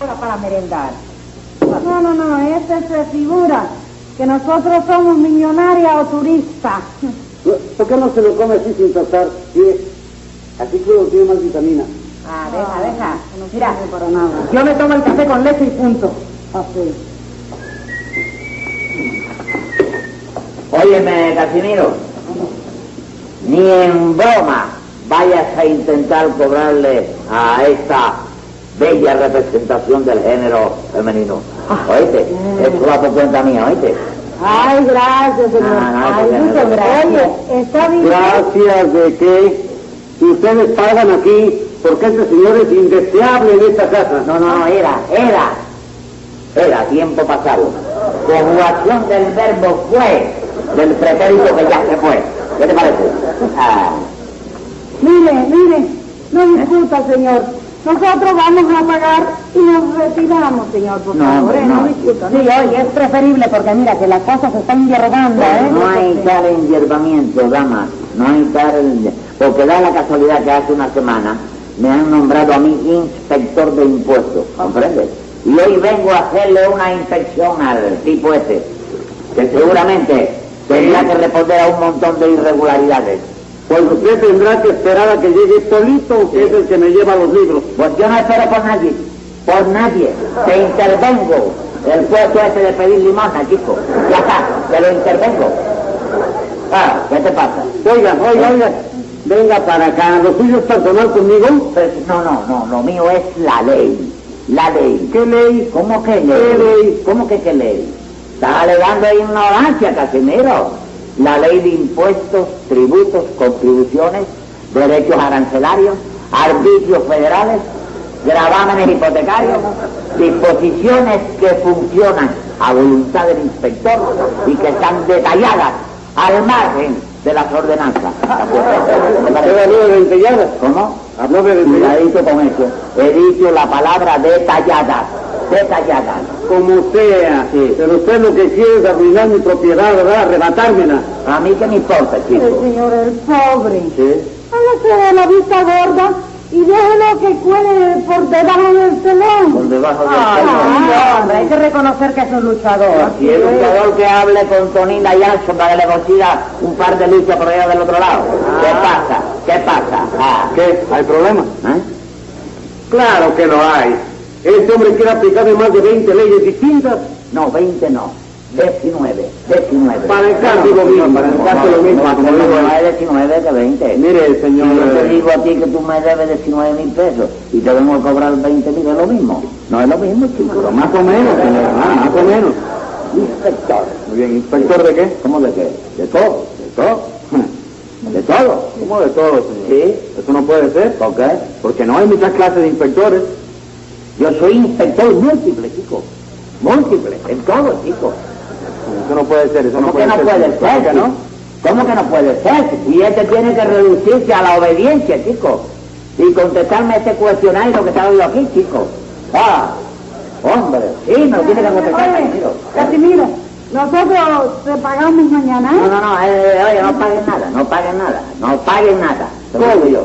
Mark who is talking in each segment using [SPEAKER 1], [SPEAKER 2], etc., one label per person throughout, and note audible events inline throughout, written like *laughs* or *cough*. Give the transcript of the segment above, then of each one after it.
[SPEAKER 1] Ahora para merendar.
[SPEAKER 2] No, no, no, este se figura que nosotros somos millonarias o turistas.
[SPEAKER 3] ¿Por qué no se lo come así sin tostar? Sí, así creo que tiene más vitamina.
[SPEAKER 1] Ah, deja, deja. Mira,
[SPEAKER 2] sirve para nada.
[SPEAKER 1] yo me tomo el café con leche y punto.
[SPEAKER 2] Así.
[SPEAKER 4] Óyeme, Casimiro, ni en broma vayas a intentar cobrarle a esta bella representación del género femenino. ¿Oíste? Eso va por cuenta mía, ¿oíste?
[SPEAKER 2] Ay, gracias, señor.
[SPEAKER 4] Ah, no,
[SPEAKER 2] Ay,
[SPEAKER 4] porque-
[SPEAKER 2] muchas gracias. Oye, está bien.
[SPEAKER 3] Gracias de qué. Si ustedes pagan aquí, porque este señor es indeseable en esta casa.
[SPEAKER 4] No, no, no, era, era, era tiempo pasado. Conjugación del verbo fue, del pretérito que ya se fue. ¿Qué te parece? Ah,
[SPEAKER 2] Mire, mire, no
[SPEAKER 1] ¿Eh?
[SPEAKER 2] discuta, señor. Nosotros vamos a pagar y nos retiramos, señor, por
[SPEAKER 4] No,
[SPEAKER 2] favor.
[SPEAKER 4] hombre,
[SPEAKER 2] ¿eh?
[SPEAKER 4] no.
[SPEAKER 2] discuta,
[SPEAKER 1] Sí, oye, es preferible porque mira que las cosas se están derrogando, ¿eh?
[SPEAKER 4] no hay tal enyerbamiento, dama. No hay tal... Porque da la casualidad que hace una semana me han nombrado a mí inspector de impuestos, ¿comprendes? Y hoy vengo a hacerle una inspección al tipo este, que seguramente tendrá que responder a un montón de irregularidades.
[SPEAKER 3] Pues usted tendrá que esperar a que llegue Polito, que es el que me lleva los libros.
[SPEAKER 4] Pues yo no espero por nadie, por nadie. Te intervengo. El puesto ese de pedir limosna, chico. Ya está, te lo intervengo. Ah, ¿qué te pasa?
[SPEAKER 3] Oiga, oiga, oiga. Venga para acá, ¿lo suyo es personal conmigo?
[SPEAKER 4] Pues, no, no, no, lo mío es la ley. La ley.
[SPEAKER 3] ¿Qué ley?
[SPEAKER 4] ¿Cómo que
[SPEAKER 3] ¿Qué
[SPEAKER 4] ley?
[SPEAKER 3] ley?
[SPEAKER 4] ¿Cómo que qué ley? Estás alegando ignorancia, Casimiro. La ley de impuestos, tributos, contribuciones, derechos arancelarios, arbitrios federales, gravámenes hipotecarios, disposiciones que funcionan a voluntad del inspector y que están detalladas al margen de las ordenanzas.
[SPEAKER 3] Usted habló de ventelladas.
[SPEAKER 4] ¿Cómo?
[SPEAKER 3] Habló de ventelladas.
[SPEAKER 4] Cuidadito con eso. He dicho la palabra detallada. Detallada.
[SPEAKER 3] Como sea,
[SPEAKER 4] Sí.
[SPEAKER 3] pero usted lo que quiere es arruinar mi propiedad, ¿verdad? Arrebatármela.
[SPEAKER 4] A mí que me importa,
[SPEAKER 2] El
[SPEAKER 4] chico.
[SPEAKER 2] señor, el pobre.
[SPEAKER 4] Sí.
[SPEAKER 2] Hágase de la vista gorda y déjelo que cuele por debajo del
[SPEAKER 4] Por
[SPEAKER 2] telón.
[SPEAKER 4] debajo del
[SPEAKER 1] Ah,
[SPEAKER 4] pelo.
[SPEAKER 1] sí, hombre, hay que reconocer que es un luchador.
[SPEAKER 4] Si es un jugador que hable con Tonina y Ancho para que le consiga un par de luchas por allá del otro lado. ¿Qué pasa? ¿Qué pasa? Ah.
[SPEAKER 3] ¿Qué? ¿Hay problema?
[SPEAKER 4] ¿Eh?
[SPEAKER 3] Claro que lo hay. Este hombre quiere aplicarme más de 20 leyes distintas
[SPEAKER 4] No, 20 no. 19. 19.
[SPEAKER 3] Para el caso lo mismo, para el caso lo mismo,
[SPEAKER 4] No,
[SPEAKER 3] como
[SPEAKER 4] no,
[SPEAKER 3] digo.
[SPEAKER 4] no, es 19 que 20.
[SPEAKER 3] Mire,
[SPEAKER 4] Yo
[SPEAKER 3] señor.
[SPEAKER 4] te
[SPEAKER 3] eh,
[SPEAKER 4] digo a ti que tú me debes 19 mil pesos y te vengo a cobrar 20 mil, es lo mismo. No es lo mismo, chico.
[SPEAKER 3] pero más o menos, señor. ah, más o menos.
[SPEAKER 4] Inspector.
[SPEAKER 3] Muy bien, ¿inspector de qué?
[SPEAKER 4] ¿Cómo de qué?
[SPEAKER 3] De todo, de todo. *laughs* ¿De todo? ¿Cómo de todo, señor?
[SPEAKER 4] Sí.
[SPEAKER 3] Eso no puede ser,
[SPEAKER 4] ¿Por qué?
[SPEAKER 3] porque no hay muchas clases de inspectores.
[SPEAKER 4] Yo soy inspector múltiple, chico. Múltiple, en todo, chico.
[SPEAKER 3] Eso no puede ser, eso
[SPEAKER 4] ¿Cómo
[SPEAKER 3] no
[SPEAKER 4] que
[SPEAKER 3] puede
[SPEAKER 4] no
[SPEAKER 3] ser.
[SPEAKER 4] puede
[SPEAKER 3] señor. ¿Cómo
[SPEAKER 4] ser?
[SPEAKER 3] que
[SPEAKER 4] ¿no? ¿Cómo que no puede ser? Y este tiene que reducirse a la obediencia, chico. Y contestarme este cuestionario que te ha oído aquí, chico. Ah, hombre, sí, me lo tiene que contestar,
[SPEAKER 2] Oye,
[SPEAKER 4] tranquilo.
[SPEAKER 2] Casimiro, nosotros te pagamos mañana.
[SPEAKER 4] No,
[SPEAKER 2] ¿eh?
[SPEAKER 4] no, no, eh, eh, oye, no paguen nada, no paguen nada, no paguen nada. Te lo digo yo.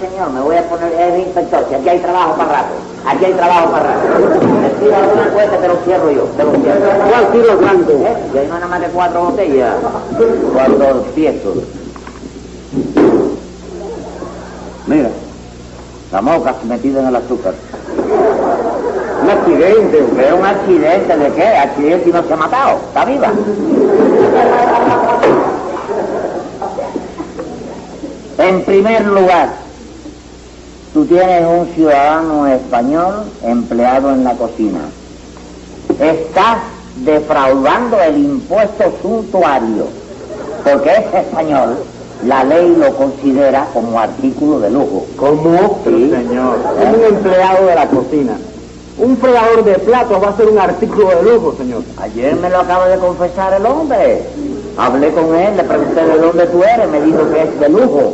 [SPEAKER 4] señor, me voy a poner el inspector, si aquí hay trabajo para rato. Aquí hay trabajo para rato. Me tiro alguna cuenta, te lo cierro yo, te lo cierro.
[SPEAKER 3] ¿Cuál tiro es grande?
[SPEAKER 4] ¿Eh? Y ahí no hay nada más de cuatro botellas. Cuatro piezos. Mira, la moca metida en el azúcar.
[SPEAKER 3] Un accidente, hombre.
[SPEAKER 4] ¿Pero un accidente de qué? Accidente y no se ha matado. Está viva. En primer lugar, tú tienes un ciudadano español empleado en la cocina. Estás defraudando el impuesto suntuario, porque es español. La ley lo considera como artículo de lujo.
[SPEAKER 3] ¿Cómo? Pero,
[SPEAKER 4] Sí.
[SPEAKER 3] señor, es un empleado de la cocina.
[SPEAKER 5] Un fregador de platos va a ser un artículo de lujo, señor.
[SPEAKER 4] Ayer me lo acaba de confesar el hombre. Hablé con él, le pregunté de dónde tú eres, me dijo que es de lujo.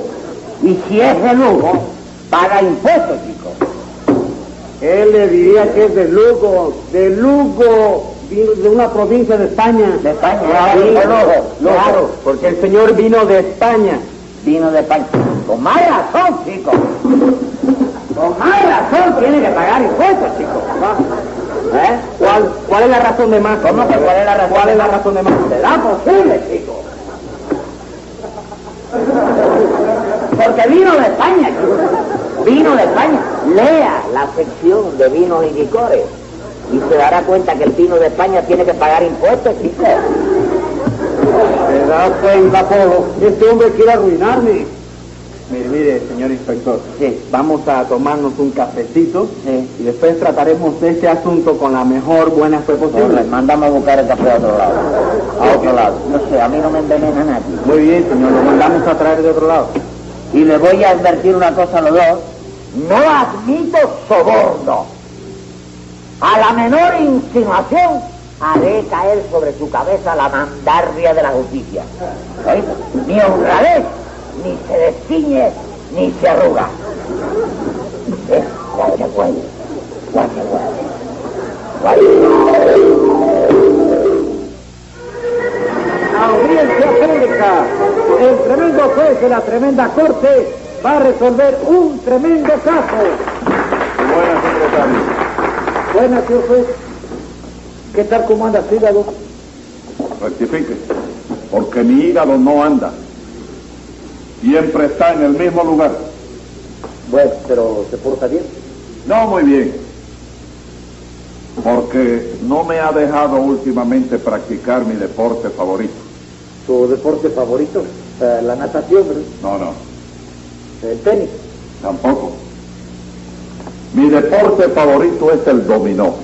[SPEAKER 4] Y si es de lujo, paga impuestos, chico.
[SPEAKER 3] Él le diría que es de Lugo, de Lugo, de de una provincia de España.
[SPEAKER 4] De España,
[SPEAKER 3] Claro,
[SPEAKER 4] sí, de
[SPEAKER 3] claro,
[SPEAKER 4] lujo,
[SPEAKER 3] claro.
[SPEAKER 4] claro.
[SPEAKER 5] Porque el señor vino de España.
[SPEAKER 4] Vino de España. Con más razón, chico. Con más razón tiene que pagar impuestos, chico. ¿Eh?
[SPEAKER 5] ¿Cuál, cuál es la razón de más?
[SPEAKER 4] ¿Cómo que cuál es la razón?
[SPEAKER 5] ¿Cuál es la razón de más?
[SPEAKER 4] ¿Será posible, chico? Porque vino de España, chico. Vino de España. Lea la sección de vinos y licores y se dará cuenta que el vino de España tiene que pagar impuestos, chico.
[SPEAKER 3] ¿Te das cuenta, Polo? Este hombre quiere arruinarme.
[SPEAKER 5] Mire, mire, señor inspector.
[SPEAKER 4] Sí.
[SPEAKER 5] Vamos a tomarnos un cafecito
[SPEAKER 4] Sí.
[SPEAKER 5] y después trataremos este asunto con la mejor buena fe
[SPEAKER 4] Pues
[SPEAKER 5] posible.
[SPEAKER 4] les mandamos a buscar el café a otro lado. A otro lado. No sé, a mí no me envenena nadie.
[SPEAKER 5] Muy bien, señor, lo mandamos a traer de otro lado.
[SPEAKER 4] Y les voy a advertir una cosa a los dos. No admito soborno. A la menor insinuación haré caer sobre su cabeza la mandarria de la justicia. ¿Oíste? Ni honradez, ni se destiñe, ni se arruga. Es cuatro cuello, cuatro cuello.
[SPEAKER 3] Audiencia pública. El tremendo juez de la tremenda corte va a resolver un tremendo caso.
[SPEAKER 6] Buenas, secretario.
[SPEAKER 3] Buenas, señor juez. ¿Qué tal, cómo anda, hígado?
[SPEAKER 6] Rectifique, porque mi hígado no anda. Siempre está en el mismo lugar.
[SPEAKER 3] Bueno, pero se porta bien.
[SPEAKER 6] No muy bien, porque no me ha dejado últimamente practicar mi deporte favorito.
[SPEAKER 3] ¿Su deporte favorito? Eh, la natación, ¿verdad?
[SPEAKER 6] No, no,
[SPEAKER 3] el tenis.
[SPEAKER 6] tampoco. Mi deporte favorito es el dominó.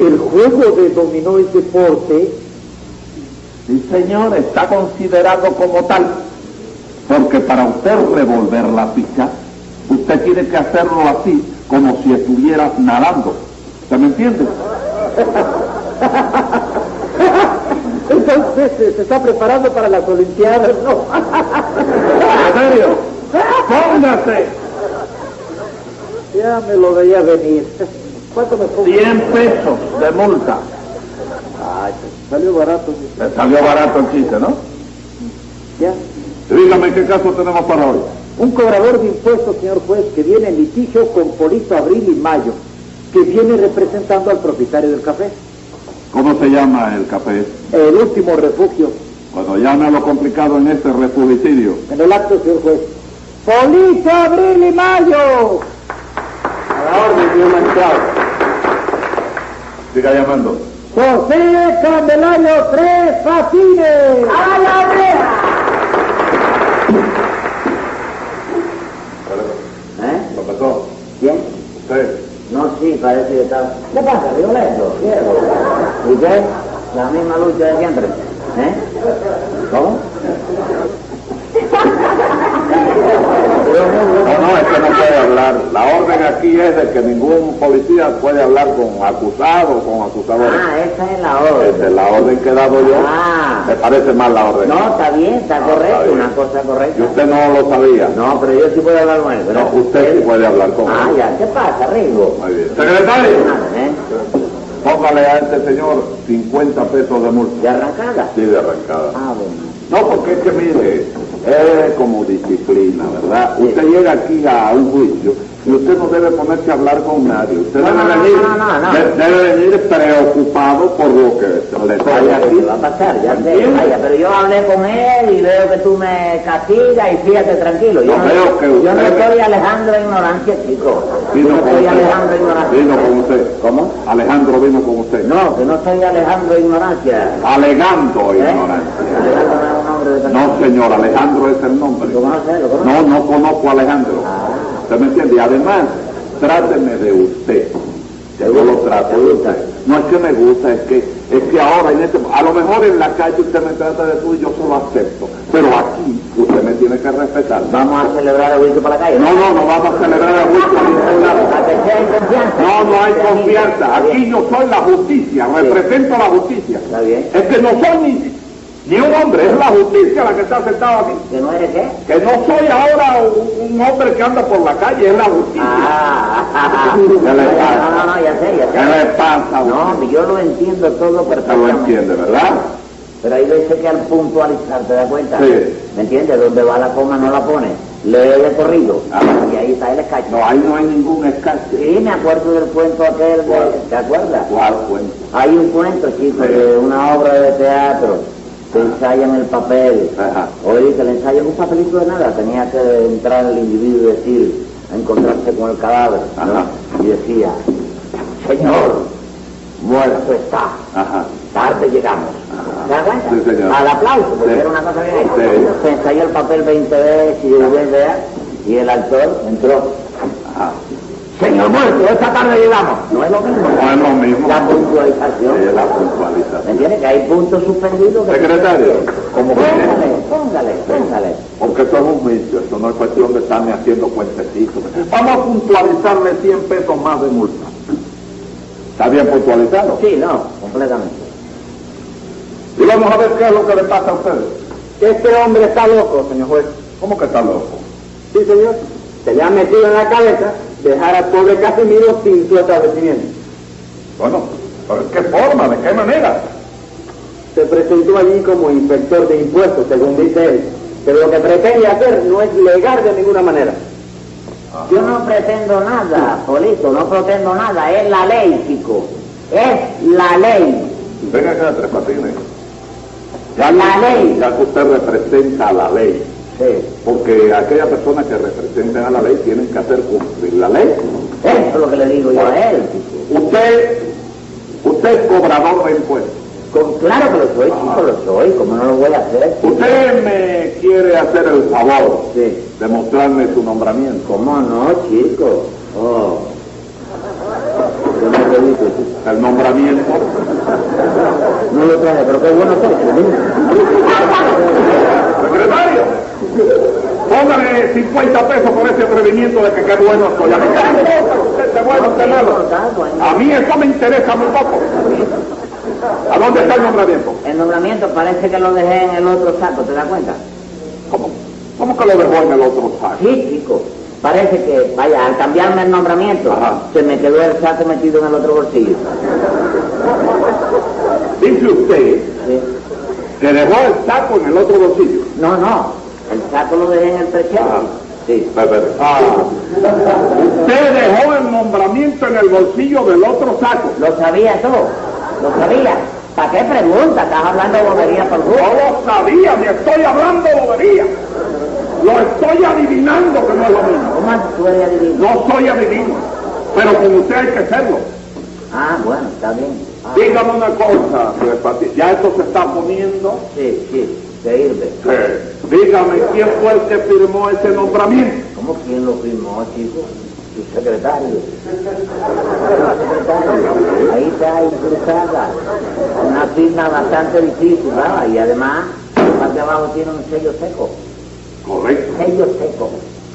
[SPEAKER 3] El juego de dominó es deporte.
[SPEAKER 6] Sí, señor, está considerado como tal. Porque para usted revolver la ficha, usted tiene que hacerlo así, como si estuviera nadando. ¿Se me entiende?
[SPEAKER 3] Entonces eh, se está preparando para las Olimpiadas, *laughs* ¿no?
[SPEAKER 6] ¿En serio? ¡Póngase!
[SPEAKER 3] ya me lo veía venir. ¿Cuánto me pongo?
[SPEAKER 6] 100 pesos de multa.
[SPEAKER 3] Ay, salió barato.
[SPEAKER 6] Le salió barato el chiste, ¿no?
[SPEAKER 3] Ya.
[SPEAKER 6] Dígame qué caso tenemos para hoy.
[SPEAKER 3] Un cobrador de impuestos, señor juez, que viene en litigio con Polito Abril y Mayo, que viene representando al propietario del café.
[SPEAKER 6] ¿Cómo se llama el café?
[SPEAKER 3] El último refugio
[SPEAKER 6] Bueno, llame a lo complicado en este refugicidio.
[SPEAKER 3] en el acto, señor juez. ¡Polito Abril y Mayo!
[SPEAKER 6] A la orden, señor magistrado. Siga llamando.
[SPEAKER 3] José Candelario Tres Patines.
[SPEAKER 2] ¡A la reja!
[SPEAKER 4] ¿Eh?
[SPEAKER 6] ¿Lo pasó?
[SPEAKER 4] ¿Bien?
[SPEAKER 6] Usted.
[SPEAKER 4] No, sí, parece que está... ¿Qué pasa, violento? Cierto. ¿Y qué? La misma lucha de siempre. ¿Eh? ¿Cómo?
[SPEAKER 6] No, no, es que no puede hablar. La orden aquí es de que ningún policía puede hablar con acusados o con acusadores.
[SPEAKER 4] Ah, esa es la
[SPEAKER 6] Esa es
[SPEAKER 4] orden.
[SPEAKER 6] la orden que he dado yo.
[SPEAKER 4] Ah.
[SPEAKER 6] Me parece mal la orden.
[SPEAKER 4] No, está bien, está
[SPEAKER 6] No,
[SPEAKER 4] correcto,
[SPEAKER 6] Ah, está bien.
[SPEAKER 4] una cosa
[SPEAKER 6] Y
[SPEAKER 4] correcta.
[SPEAKER 6] usted no lo sabía.
[SPEAKER 4] No, pero yo sí puedo hablar con él, ¿verdad?
[SPEAKER 6] No, usted sí puede hablar con
[SPEAKER 4] Ah, ya, ¿qué pasa, Ringo?
[SPEAKER 6] Muy bien. Secretario,
[SPEAKER 4] Nada, ¿eh?
[SPEAKER 6] póngale a este señor 50 pesos de multa.
[SPEAKER 4] ¿De arrancada?
[SPEAKER 6] Sí, de arrancada.
[SPEAKER 4] Ah, bueno.
[SPEAKER 6] No, porque es que mire, es como disciplina, ¿verdad? Usted llega aquí a un juicio y usted no debe ponerse a hablar con nadie. Usted
[SPEAKER 4] No,
[SPEAKER 6] debe,
[SPEAKER 4] no, no,
[SPEAKER 6] venir,
[SPEAKER 4] no, no, no.
[SPEAKER 6] de- debe venir preocupado por lo que le trae
[SPEAKER 4] Vaya,
[SPEAKER 6] aquí.
[SPEAKER 4] ¿qué va a pasar? Ya sé.
[SPEAKER 6] ¿Entiendes?
[SPEAKER 4] Vaya, pero yo hablé con él y veo que tú me castigas y fíjate tranquilo. Yo
[SPEAKER 6] No veo que
[SPEAKER 4] yo no
[SPEAKER 6] usted-
[SPEAKER 4] estoy alejando ignorancia, chico. Yo
[SPEAKER 6] Vino
[SPEAKER 4] no
[SPEAKER 6] con
[SPEAKER 4] estoy alejando
[SPEAKER 6] usted.
[SPEAKER 4] ignorancia.
[SPEAKER 6] Vino con usted.
[SPEAKER 4] ¿Cómo?
[SPEAKER 6] Alejandro vino con usted.
[SPEAKER 4] No, que no estoy alejando ignorancia.
[SPEAKER 6] Alegando
[SPEAKER 4] ¿eh?
[SPEAKER 6] ignorancia.
[SPEAKER 4] Alejandro no es un hombre de
[SPEAKER 6] No, señor, Alejandro es el nombre.
[SPEAKER 4] ¿Lo conoces? ¿Lo conoces?
[SPEAKER 6] No, no conozco a Alejandro. ¿Usted me entiende? Y además, tráteme de usted. Que yo lo trato de usted. No es que me gusta, es que, es que ahora, en este, a lo mejor en la calle usted me trata de tú y yo se lo acepto. Pero aquí usted me tiene que respetar.
[SPEAKER 4] Vamos a celebrar el juicio para la calle.
[SPEAKER 6] No, no, no vamos a celebrar el juicio ni nada.
[SPEAKER 4] A que sea confianza.
[SPEAKER 6] No, no hay confianza.
[SPEAKER 4] Está
[SPEAKER 6] Aquí
[SPEAKER 4] bien,
[SPEAKER 6] yo soy la justicia, represento la justicia.
[SPEAKER 4] Está bien.
[SPEAKER 6] Es que no soy ni, ni un hombre, es la justicia la que está sentada aquí.
[SPEAKER 4] ¿Que no eres qué?
[SPEAKER 6] Que no soy ahora un, un hombre que anda por la calle, es la justicia.
[SPEAKER 4] Ah,
[SPEAKER 6] Ya le
[SPEAKER 4] no,
[SPEAKER 6] pasa.
[SPEAKER 4] no, no, ya sé, ya
[SPEAKER 6] ¿Qué
[SPEAKER 4] sé.
[SPEAKER 6] le pasa a
[SPEAKER 4] No,
[SPEAKER 6] usted?
[SPEAKER 4] yo lo entiendo todo
[SPEAKER 6] Usted lo
[SPEAKER 4] perfectamente.
[SPEAKER 6] entiende, ¿verdad?
[SPEAKER 4] Pero ahí lo dice que al puntualizar, ¿te das cuenta?
[SPEAKER 6] Sí.
[SPEAKER 4] ¿Me entiendes? Donde va la coma no la pone. Lee de corrido.
[SPEAKER 6] Ah.
[SPEAKER 4] Y ahí está el escacho.
[SPEAKER 6] No, ahí no hay ningún escache.
[SPEAKER 4] Sí, me acuerdo del cuento aquel, de,
[SPEAKER 6] ¿Cuál?
[SPEAKER 4] ¿te acuerdas?
[SPEAKER 6] ¿Cuál cuento?
[SPEAKER 4] Hay un cuento, chicos,
[SPEAKER 6] Sí. Ah.
[SPEAKER 4] de una obra de teatro. Se ensayan el papel.
[SPEAKER 6] Ajá.
[SPEAKER 4] Oye, que el ensayo es un papelito de nada. Tenía que entrar el individuo y decir, a encontrarse con el cadáver. ¿no?
[SPEAKER 6] Ajá.
[SPEAKER 4] Y decía, señor, muerto está.
[SPEAKER 6] Ajá.
[SPEAKER 4] Tarde llegamos.
[SPEAKER 6] Ajá.
[SPEAKER 4] ¿Te das cuenta?
[SPEAKER 6] Sí, señor.
[SPEAKER 4] Al aplauso, porque
[SPEAKER 6] Sí.
[SPEAKER 4] era una cosa bien hecha.
[SPEAKER 6] Sí.
[SPEAKER 4] Se ensayó el papel 20 veces y de veces y el actor entró.
[SPEAKER 6] Ajá.
[SPEAKER 4] Señor muerto, esta tarde llegamos. No es lo mismo.
[SPEAKER 6] No es lo mismo.
[SPEAKER 4] La puntualización.
[SPEAKER 6] Es la
[SPEAKER 4] ¿Me
[SPEAKER 6] puntualización.
[SPEAKER 4] entiendes? Que hay puntos suspendidos que...
[SPEAKER 6] Secretario, como
[SPEAKER 4] Póngale,
[SPEAKER 6] quiere.
[SPEAKER 4] póngale, póngale.
[SPEAKER 6] Porque eso es un vicio, eso no es cuestión de estarme haciendo cuentecitos. Vamos a puntualizarle 100 pesos más de multa. ¿Está bien puntualizado?
[SPEAKER 4] Sí, no, completamente.
[SPEAKER 6] Y vamos a ver qué es lo que le pasa a ustedes.
[SPEAKER 5] Este hombre está loco, señor juez.
[SPEAKER 6] ¿Cómo que está loco?
[SPEAKER 5] Sí, señor. Se le ha metido en la cabeza dejar al pobre Casimiro sin su establecimiento.
[SPEAKER 6] Bueno, pero ¿en qué forma? ¿De qué manera?
[SPEAKER 5] se presentó allí como inspector de impuestos, según dice él. Pero lo que pretende hacer no es legar de ninguna manera.
[SPEAKER 4] Yo no pretendo nada, Polito, no pretendo nada. Es la ley, chico. Es la ley.
[SPEAKER 6] Venga acá, Tres Patines.
[SPEAKER 4] La
[SPEAKER 6] que-
[SPEAKER 4] ley.
[SPEAKER 6] Ya que usted representa a la ley.
[SPEAKER 4] Sí.
[SPEAKER 6] Porque aquellas personas que representan a la ley tienen que hacer cumplir la ley.
[SPEAKER 4] Eso es lo que le digo yo a él, chico.
[SPEAKER 6] Usted, usted es cobrador de impuestos.
[SPEAKER 4] Con- claro que lo soy, chico, lo soy. ¿Cómo no lo voy a hacer?
[SPEAKER 6] Usted me quiere hacer el favor
[SPEAKER 4] Sí.
[SPEAKER 6] de mostrarme su nombramiento.
[SPEAKER 4] ¿Cómo no, chico? Oh. Yo no te digo, chico.
[SPEAKER 6] El nombramiento.
[SPEAKER 4] No lo traje, pero qué bueno que lo digo.
[SPEAKER 6] Secretario, póngale 50 pesos por ese atrevimiento de que qué bueno soy. A mí qué me importa, usted es bueno, usted es malo. A mí eso me interesa muy poco. ¿A dónde está el nombramiento?
[SPEAKER 4] El nombramiento parece que lo dejé en el otro saco, ¿te das cuenta?
[SPEAKER 6] ¿Cómo? ¿Cómo que lo dejó en el otro saco?
[SPEAKER 4] Sí, chico. Parece que, vaya, al cambiarme el nombramiento,
[SPEAKER 6] Ajá.
[SPEAKER 4] se me quedó el saco metido en el otro bolsillo.
[SPEAKER 6] Dice usted
[SPEAKER 4] Sí.
[SPEAKER 6] que dejó el saco en el otro bolsillo.
[SPEAKER 4] No, no. El saco lo dejé en el pechero.
[SPEAKER 6] Ajá.
[SPEAKER 4] Sí.
[SPEAKER 6] Ah. Usted dejó el nombramiento en el bolsillo del otro saco.
[SPEAKER 4] Lo sabía tú. Lo sabía. ¿Para qué pregunta? Estás hablando de bobería por gusto.
[SPEAKER 6] No lo sabía, ni estoy hablando bobería. Lo estoy adivinando que no es lo mismo.
[SPEAKER 4] ¿Cómo tú eres adivino?
[SPEAKER 6] No soy adivino, pero con usted hay que serlo.
[SPEAKER 4] Ah, bueno, está bien. Ah,
[SPEAKER 6] Dígame una cosa, Tres Patines, ya esto se está poniendo.
[SPEAKER 4] sí, sí. Se irme.
[SPEAKER 6] Dígame quién fue el que firmó ese nombramiento.
[SPEAKER 4] ¿Cómo quién lo firmó, chico? Tu secretario. Ahí está incrustada. Una firma bastante difícil, ¿verdad? Y además, más de abajo tiene un sello seco.
[SPEAKER 6] Correcto,
[SPEAKER 4] Sello seco.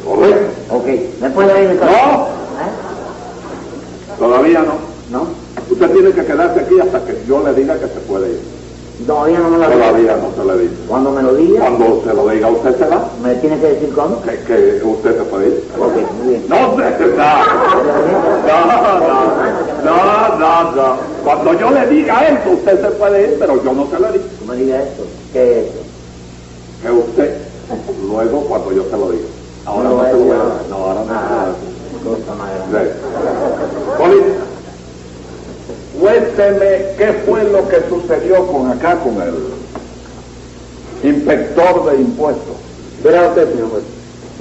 [SPEAKER 6] correcto.
[SPEAKER 4] Ok. ¿Me puedo ir entonces?
[SPEAKER 6] No.
[SPEAKER 4] ¿Eh?
[SPEAKER 6] Todavía no.
[SPEAKER 4] ¿No?
[SPEAKER 6] Usted tiene que quedarse aquí hasta que yo le diga que se puede ir.
[SPEAKER 4] Todavía no me lo diga.
[SPEAKER 6] Todavía no se le dice.
[SPEAKER 4] Cuando me lo diga,
[SPEAKER 6] Cuando se lo diga usted se va,
[SPEAKER 4] me tiene que decir cómo.
[SPEAKER 6] que, que usted se puede ir.
[SPEAKER 4] Ok, muy bien.
[SPEAKER 6] No, se no. No, no, no, no, no. Cuando yo le diga eso, usted se puede ir, pero yo no se lo digo.
[SPEAKER 4] Tú me digas esto. ¿Qué es eso?
[SPEAKER 6] Que usted, luego cuando yo se lo diga. Ahora
[SPEAKER 4] No
[SPEAKER 6] no
[SPEAKER 4] lo
[SPEAKER 6] se lo
[SPEAKER 4] voy
[SPEAKER 6] voy
[SPEAKER 4] a
[SPEAKER 6] a
[SPEAKER 4] decir.
[SPEAKER 6] No, ahora no se lo
[SPEAKER 4] Ah,
[SPEAKER 6] voy
[SPEAKER 4] cosa más
[SPEAKER 6] a
[SPEAKER 4] grande.
[SPEAKER 6] decir. Sí. Poli, cuénteme qué fue lo que sucedió con acá, con el inspector de impuestos.
[SPEAKER 5] Verá usted, señor juez.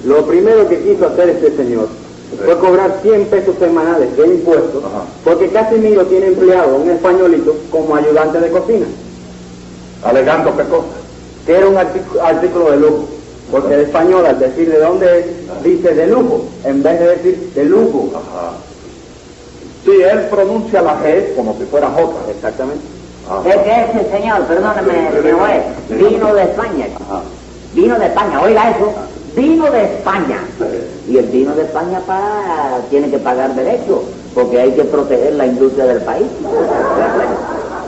[SPEAKER 5] Lo primero que quiso hacer este señor fue cobrar 100 pesos semanales de impuestos
[SPEAKER 6] Ajá.
[SPEAKER 5] porque Casimiro tiene empleado a un españolito como ayudante de cocina,
[SPEAKER 6] Alegando qué cosa.
[SPEAKER 5] que era un artic- artículo de lujo. Porque el español, al decir de dónde es, dice de lujo, en vez de decir de lujo.
[SPEAKER 6] Ajá. Sí, él pronuncia la G como si fuera J.
[SPEAKER 5] Exactamente.
[SPEAKER 6] Ajá.
[SPEAKER 4] Es que ese señor, perdóneme,
[SPEAKER 6] Sí, sí,
[SPEAKER 4] señor juez,
[SPEAKER 6] sí.
[SPEAKER 4] vino de España.
[SPEAKER 6] Ajá.
[SPEAKER 4] Vino de España, oiga eso, vino de España.
[SPEAKER 6] Sí.
[SPEAKER 4] Y el vino de España pa- tiene que pagar derecho, porque hay que proteger la industria del país.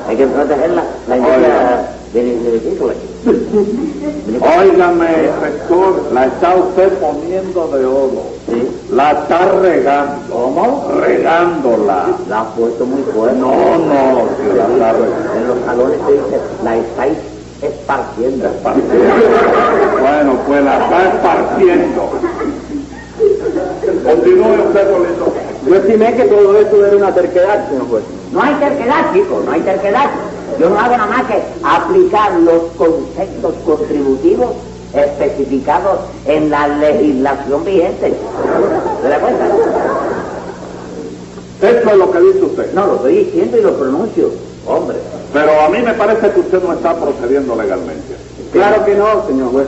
[SPEAKER 4] Hay que proteger la, la industria del del agrícola.
[SPEAKER 6] Óigame, rector, la está usted poniendo de oro.
[SPEAKER 4] Sí,
[SPEAKER 6] La está regando. ¿Cómo? Regándola.
[SPEAKER 4] la ha puesto muy fuerte.
[SPEAKER 6] No, no, que la está regando.
[SPEAKER 4] En los salones se dice, la estáis esparciendo.
[SPEAKER 6] Bueno, pues la está esparciendo. Continúe usted solito.
[SPEAKER 5] Yo estimé que todo esto era una terquedad, señor juez.
[SPEAKER 4] No hay terquedad, chicos, no hay terquedad. Yo no hago nada más que aplicar los conceptos contributivos especificados en la legislación vigente. ¿Se da cuenta?
[SPEAKER 6] Esto es lo que dice usted.
[SPEAKER 4] No, lo estoy diciendo y lo pronuncio. Hombre,
[SPEAKER 6] Pero a mí me parece que usted no está procediendo legalmente.
[SPEAKER 5] Claro que no, señor juez.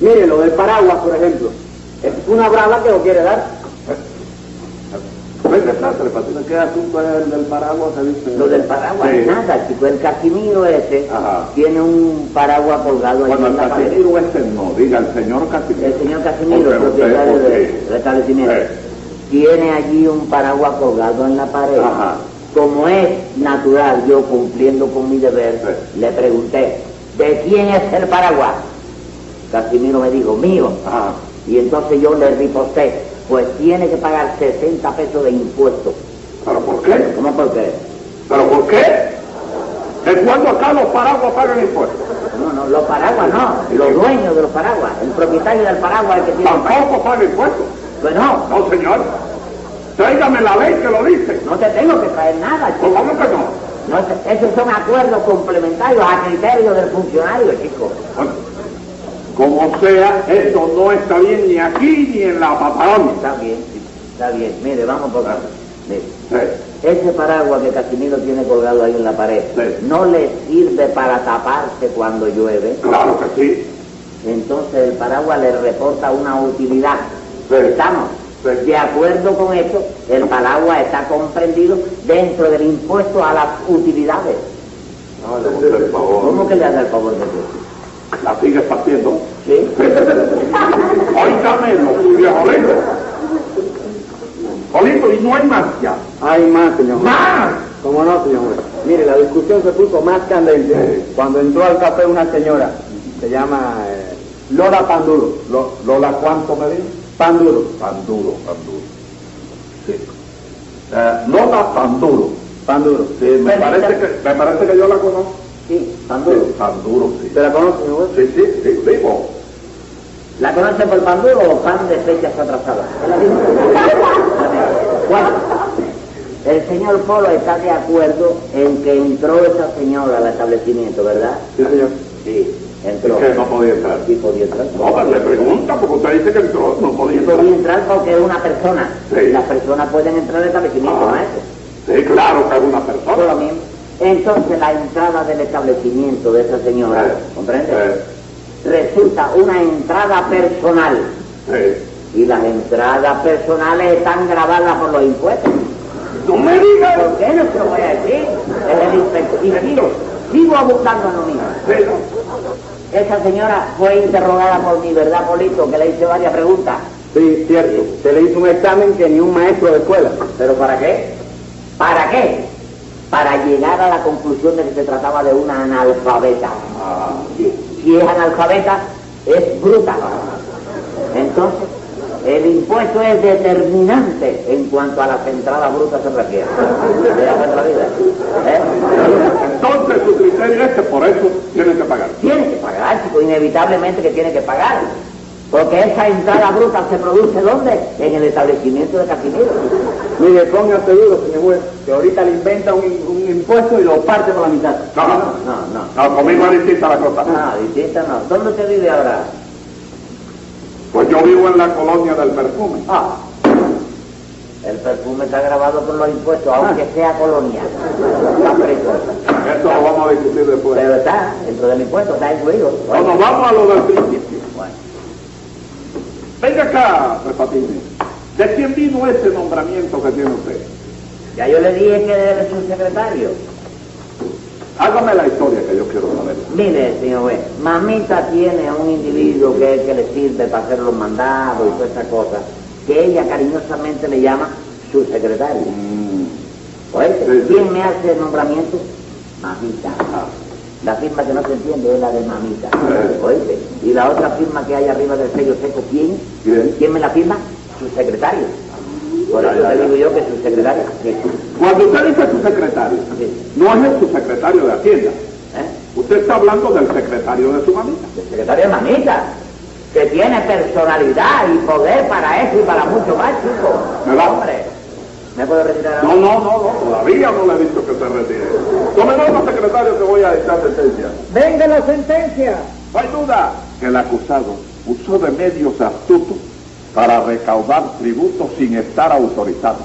[SPEAKER 5] Mire, lo del paraguas, por ejemplo. Es una brava que lo quiere dar.
[SPEAKER 6] Venga, Tres Patines, ¿qué asunto es el del paraguas que dice?
[SPEAKER 4] lo del paraguas,
[SPEAKER 6] Sí.
[SPEAKER 4] nada, chico. El Casimiro ese
[SPEAKER 6] Ajá.
[SPEAKER 4] tiene un paraguas colgado ahí
[SPEAKER 6] Bueno,
[SPEAKER 4] en
[SPEAKER 6] el
[SPEAKER 4] la pared.
[SPEAKER 6] Casimiro este no, diga el señor Casimiro.
[SPEAKER 4] El señor Casimiro,
[SPEAKER 6] Porque usted,
[SPEAKER 4] propietario
[SPEAKER 6] porque-
[SPEAKER 4] del del establecimiento,
[SPEAKER 6] Sí.
[SPEAKER 4] tiene allí un paraguas colgado en la pared.
[SPEAKER 6] Ajá.
[SPEAKER 4] Como es natural, yo cumpliendo con mi deber,
[SPEAKER 6] Sí.
[SPEAKER 4] le pregunté, ¿de quién es el paraguas? Casimiro me dijo, mío.
[SPEAKER 6] Ah,
[SPEAKER 4] Y entonces yo le riposté, pues tiene que pagar 60 pesos de impuestos.
[SPEAKER 6] ¿pero por qué?
[SPEAKER 4] ¿Cómo por qué?
[SPEAKER 6] ¿Pero por qué? ¿De cuándo acá los paraguas pagan impuestos?
[SPEAKER 4] No, no, los paraguas no, los dueños de los paraguas, el propietario del paraguas el que tiene...
[SPEAKER 6] Tampoco pagan impuestos.
[SPEAKER 4] Pues no,
[SPEAKER 6] No, señor. Tráigame la ley que lo dice.
[SPEAKER 4] no te tengo que traer nada, chico.
[SPEAKER 6] Pues ¿Cómo que no?
[SPEAKER 4] No, esos son acuerdos complementarios a criterio del funcionario, chico.
[SPEAKER 6] Bueno, como sea, esto no está bien ni aquí ni en la Patagonia.
[SPEAKER 4] Está bien, chico, está bien. Mire, vamos por acá. Mire,
[SPEAKER 6] Sí.
[SPEAKER 4] ese paraguas que Casimiro tiene colgado ahí en la pared,
[SPEAKER 6] Sí.
[SPEAKER 4] no le sirve para taparse cuando llueve.
[SPEAKER 6] Claro que sí.
[SPEAKER 4] Entonces el paraguas le reporta una utilidad.
[SPEAKER 6] Sí.
[SPEAKER 4] ¿Estamos?
[SPEAKER 6] Sí.
[SPEAKER 4] De acuerdo con esto, el paraguas está comprendido dentro del impuesto a las utilidades.
[SPEAKER 6] Hágame usted el favor.
[SPEAKER 4] ¿Cómo que le hace el favor de Dios?
[SPEAKER 6] La sigue esparciendo.
[SPEAKER 4] ¿Sí?
[SPEAKER 6] Óigame lo que Jolito. Jolito, y no hay más ya.
[SPEAKER 5] Hay más, señor juez.
[SPEAKER 6] ¡Más!
[SPEAKER 5] ¿Cómo no, señor juez? Mire, la discusión se puso más candente cuando entró al café una señora, se llama eh, Lola Panduro.
[SPEAKER 6] Lo- Lola, ¿cuánto me dijo?
[SPEAKER 5] Panduro.
[SPEAKER 6] Pan duro, pan duro. Sí. Eh, Lola pan duro.
[SPEAKER 5] Panduro.
[SPEAKER 6] Sí, me parece, que, me parece que yo la conozco.
[SPEAKER 4] Sí,
[SPEAKER 6] Pan
[SPEAKER 4] duro.
[SPEAKER 6] Pan duro, sí.
[SPEAKER 5] ¿Se la conoce, señor juez?
[SPEAKER 6] Sí, sí, sí, vivo.
[SPEAKER 4] ¿La conoce por pan duro o pan de fechas atrasadas? Es la misma. Bueno, el señor Polo está de acuerdo en que entró esa señora al establecimiento, ¿verdad?
[SPEAKER 5] Sí, señor.
[SPEAKER 4] Sí,
[SPEAKER 6] Es
[SPEAKER 4] entró.
[SPEAKER 6] que no podía entrar.
[SPEAKER 4] Sí, podía entrar.
[SPEAKER 6] No, pero le pregunta porque usted dice que entró, no podía entrar.
[SPEAKER 4] Podía entrar porque es una persona.
[SPEAKER 6] Sí.
[SPEAKER 4] Las personas pueden entrar al establecimiento,
[SPEAKER 6] Ah.
[SPEAKER 4] maestro.
[SPEAKER 6] Sí, claro que es una
[SPEAKER 4] Todo lo
[SPEAKER 6] persona.
[SPEAKER 4] mismo. Entonces la entrada del establecimiento de esa señora,
[SPEAKER 6] Sí.
[SPEAKER 4] ¿comprende?
[SPEAKER 6] Eh,
[SPEAKER 4] Resulta una entrada personal.
[SPEAKER 6] Eh, sí.
[SPEAKER 4] Y las entradas personales están grabadas por los impuestos.
[SPEAKER 6] ¡No me digas!
[SPEAKER 4] ¿Por qué no se lo voy a decir? Es el inspector. Y sigo- sigo abundando en lo mismo.
[SPEAKER 6] Pero,
[SPEAKER 4] Esa señora fue interrogada por mi verdad, Polito, que le hice varias preguntas.
[SPEAKER 5] Sí, cierto. Se le hizo un examen que ni un maestro de escuela.
[SPEAKER 4] ¿Pero para qué? ¿Para qué? Para llegar a la conclusión de que se trataba de una analfabeta.
[SPEAKER 6] ah,
[SPEAKER 4] Si es analfabeta, es bruta. Entonces, el impuesto es determinante en cuanto a las entradas brutas se refiere. ¿Te das cuenta, vida? ¿Eh?
[SPEAKER 6] entonces su criterio es que por eso tiene que pagar.
[SPEAKER 4] Tiene que pagar, chico, inevitablemente que tiene que pagar. Porque esa entrada bruta se produce ¿dónde? En el establecimiento de Casimiro.
[SPEAKER 5] Mire, ponga seguro, señor juez, que ahorita le inventa un, un impuesto y lo parte por la mitad.
[SPEAKER 6] No, no, no.
[SPEAKER 4] No, no.
[SPEAKER 6] No, conmigo es distinta la cosa.
[SPEAKER 4] No, Ah, distinta no. ¿Dónde usted vive ahora?
[SPEAKER 6] Pues yo vivo en la colonia del perfume.
[SPEAKER 4] Ah. El perfume está grabado por los
[SPEAKER 6] Ah.
[SPEAKER 4] impuestos, aunque sea colonia. Está preso.
[SPEAKER 6] Eso lo vamos a discutir después.
[SPEAKER 4] Pero está dentro del impuesto, está incluido.
[SPEAKER 6] No, nos vamos a lo del principio.
[SPEAKER 4] Bueno.
[SPEAKER 6] Venga acá, Tres Patines. ¿De quién vino ese nombramiento que tiene usted?
[SPEAKER 4] Ya yo le dije que debe ser un secretario.
[SPEAKER 6] Hágame la historia que yo quiero saberla.
[SPEAKER 4] Mire, señor juez, mamita tiene a un individuo que es el que le sirve para hacer los mandados y todas esas cosas, que ella cariñosamente le llama su secretario. Oíste,
[SPEAKER 6] Sí, Ah. sí.
[SPEAKER 4] ¿Quién me hace el nombramiento? Mamita. La firma que no se entiende es la de mamita.
[SPEAKER 6] Sí.
[SPEAKER 4] Oíste. Y la otra firma que hay arriba del sello seco, ¿quién?
[SPEAKER 6] ¿Quién?
[SPEAKER 4] me la firma? Su secretario. Por
[SPEAKER 6] Ya,
[SPEAKER 4] eso
[SPEAKER 6] ya,
[SPEAKER 4] te
[SPEAKER 6] ya.
[SPEAKER 4] digo yo que su secretario. Sí.
[SPEAKER 6] Cuando usted dice su secretario,
[SPEAKER 4] Sí.
[SPEAKER 6] no es el subsecretario de Hacienda.
[SPEAKER 4] ¿Eh?
[SPEAKER 6] Usted está hablando del secretario de su mamita.
[SPEAKER 4] El secretario es mamita, que tiene personalidad y poder para eso y para mucho más, chico.
[SPEAKER 6] ¿Me va?
[SPEAKER 4] Hombre, ¿me puedo retirar
[SPEAKER 6] No,
[SPEAKER 4] ahora?
[SPEAKER 6] no, no, no, todavía no le he dicho que se retire. Tome nota, secretario, que voy a dictar sentencia.
[SPEAKER 3] Venga la sentencia.
[SPEAKER 6] No hay duda que el acusado usó de medios astutos para recaudar tributos sin estar autorizado.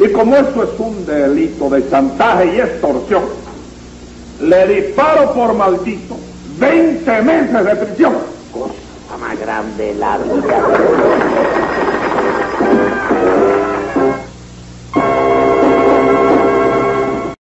[SPEAKER 6] Y como eso es un delito de chantaje y extorsión, le disparo por maldito 20 meses de prisión.
[SPEAKER 4] Cosa más grande la vida.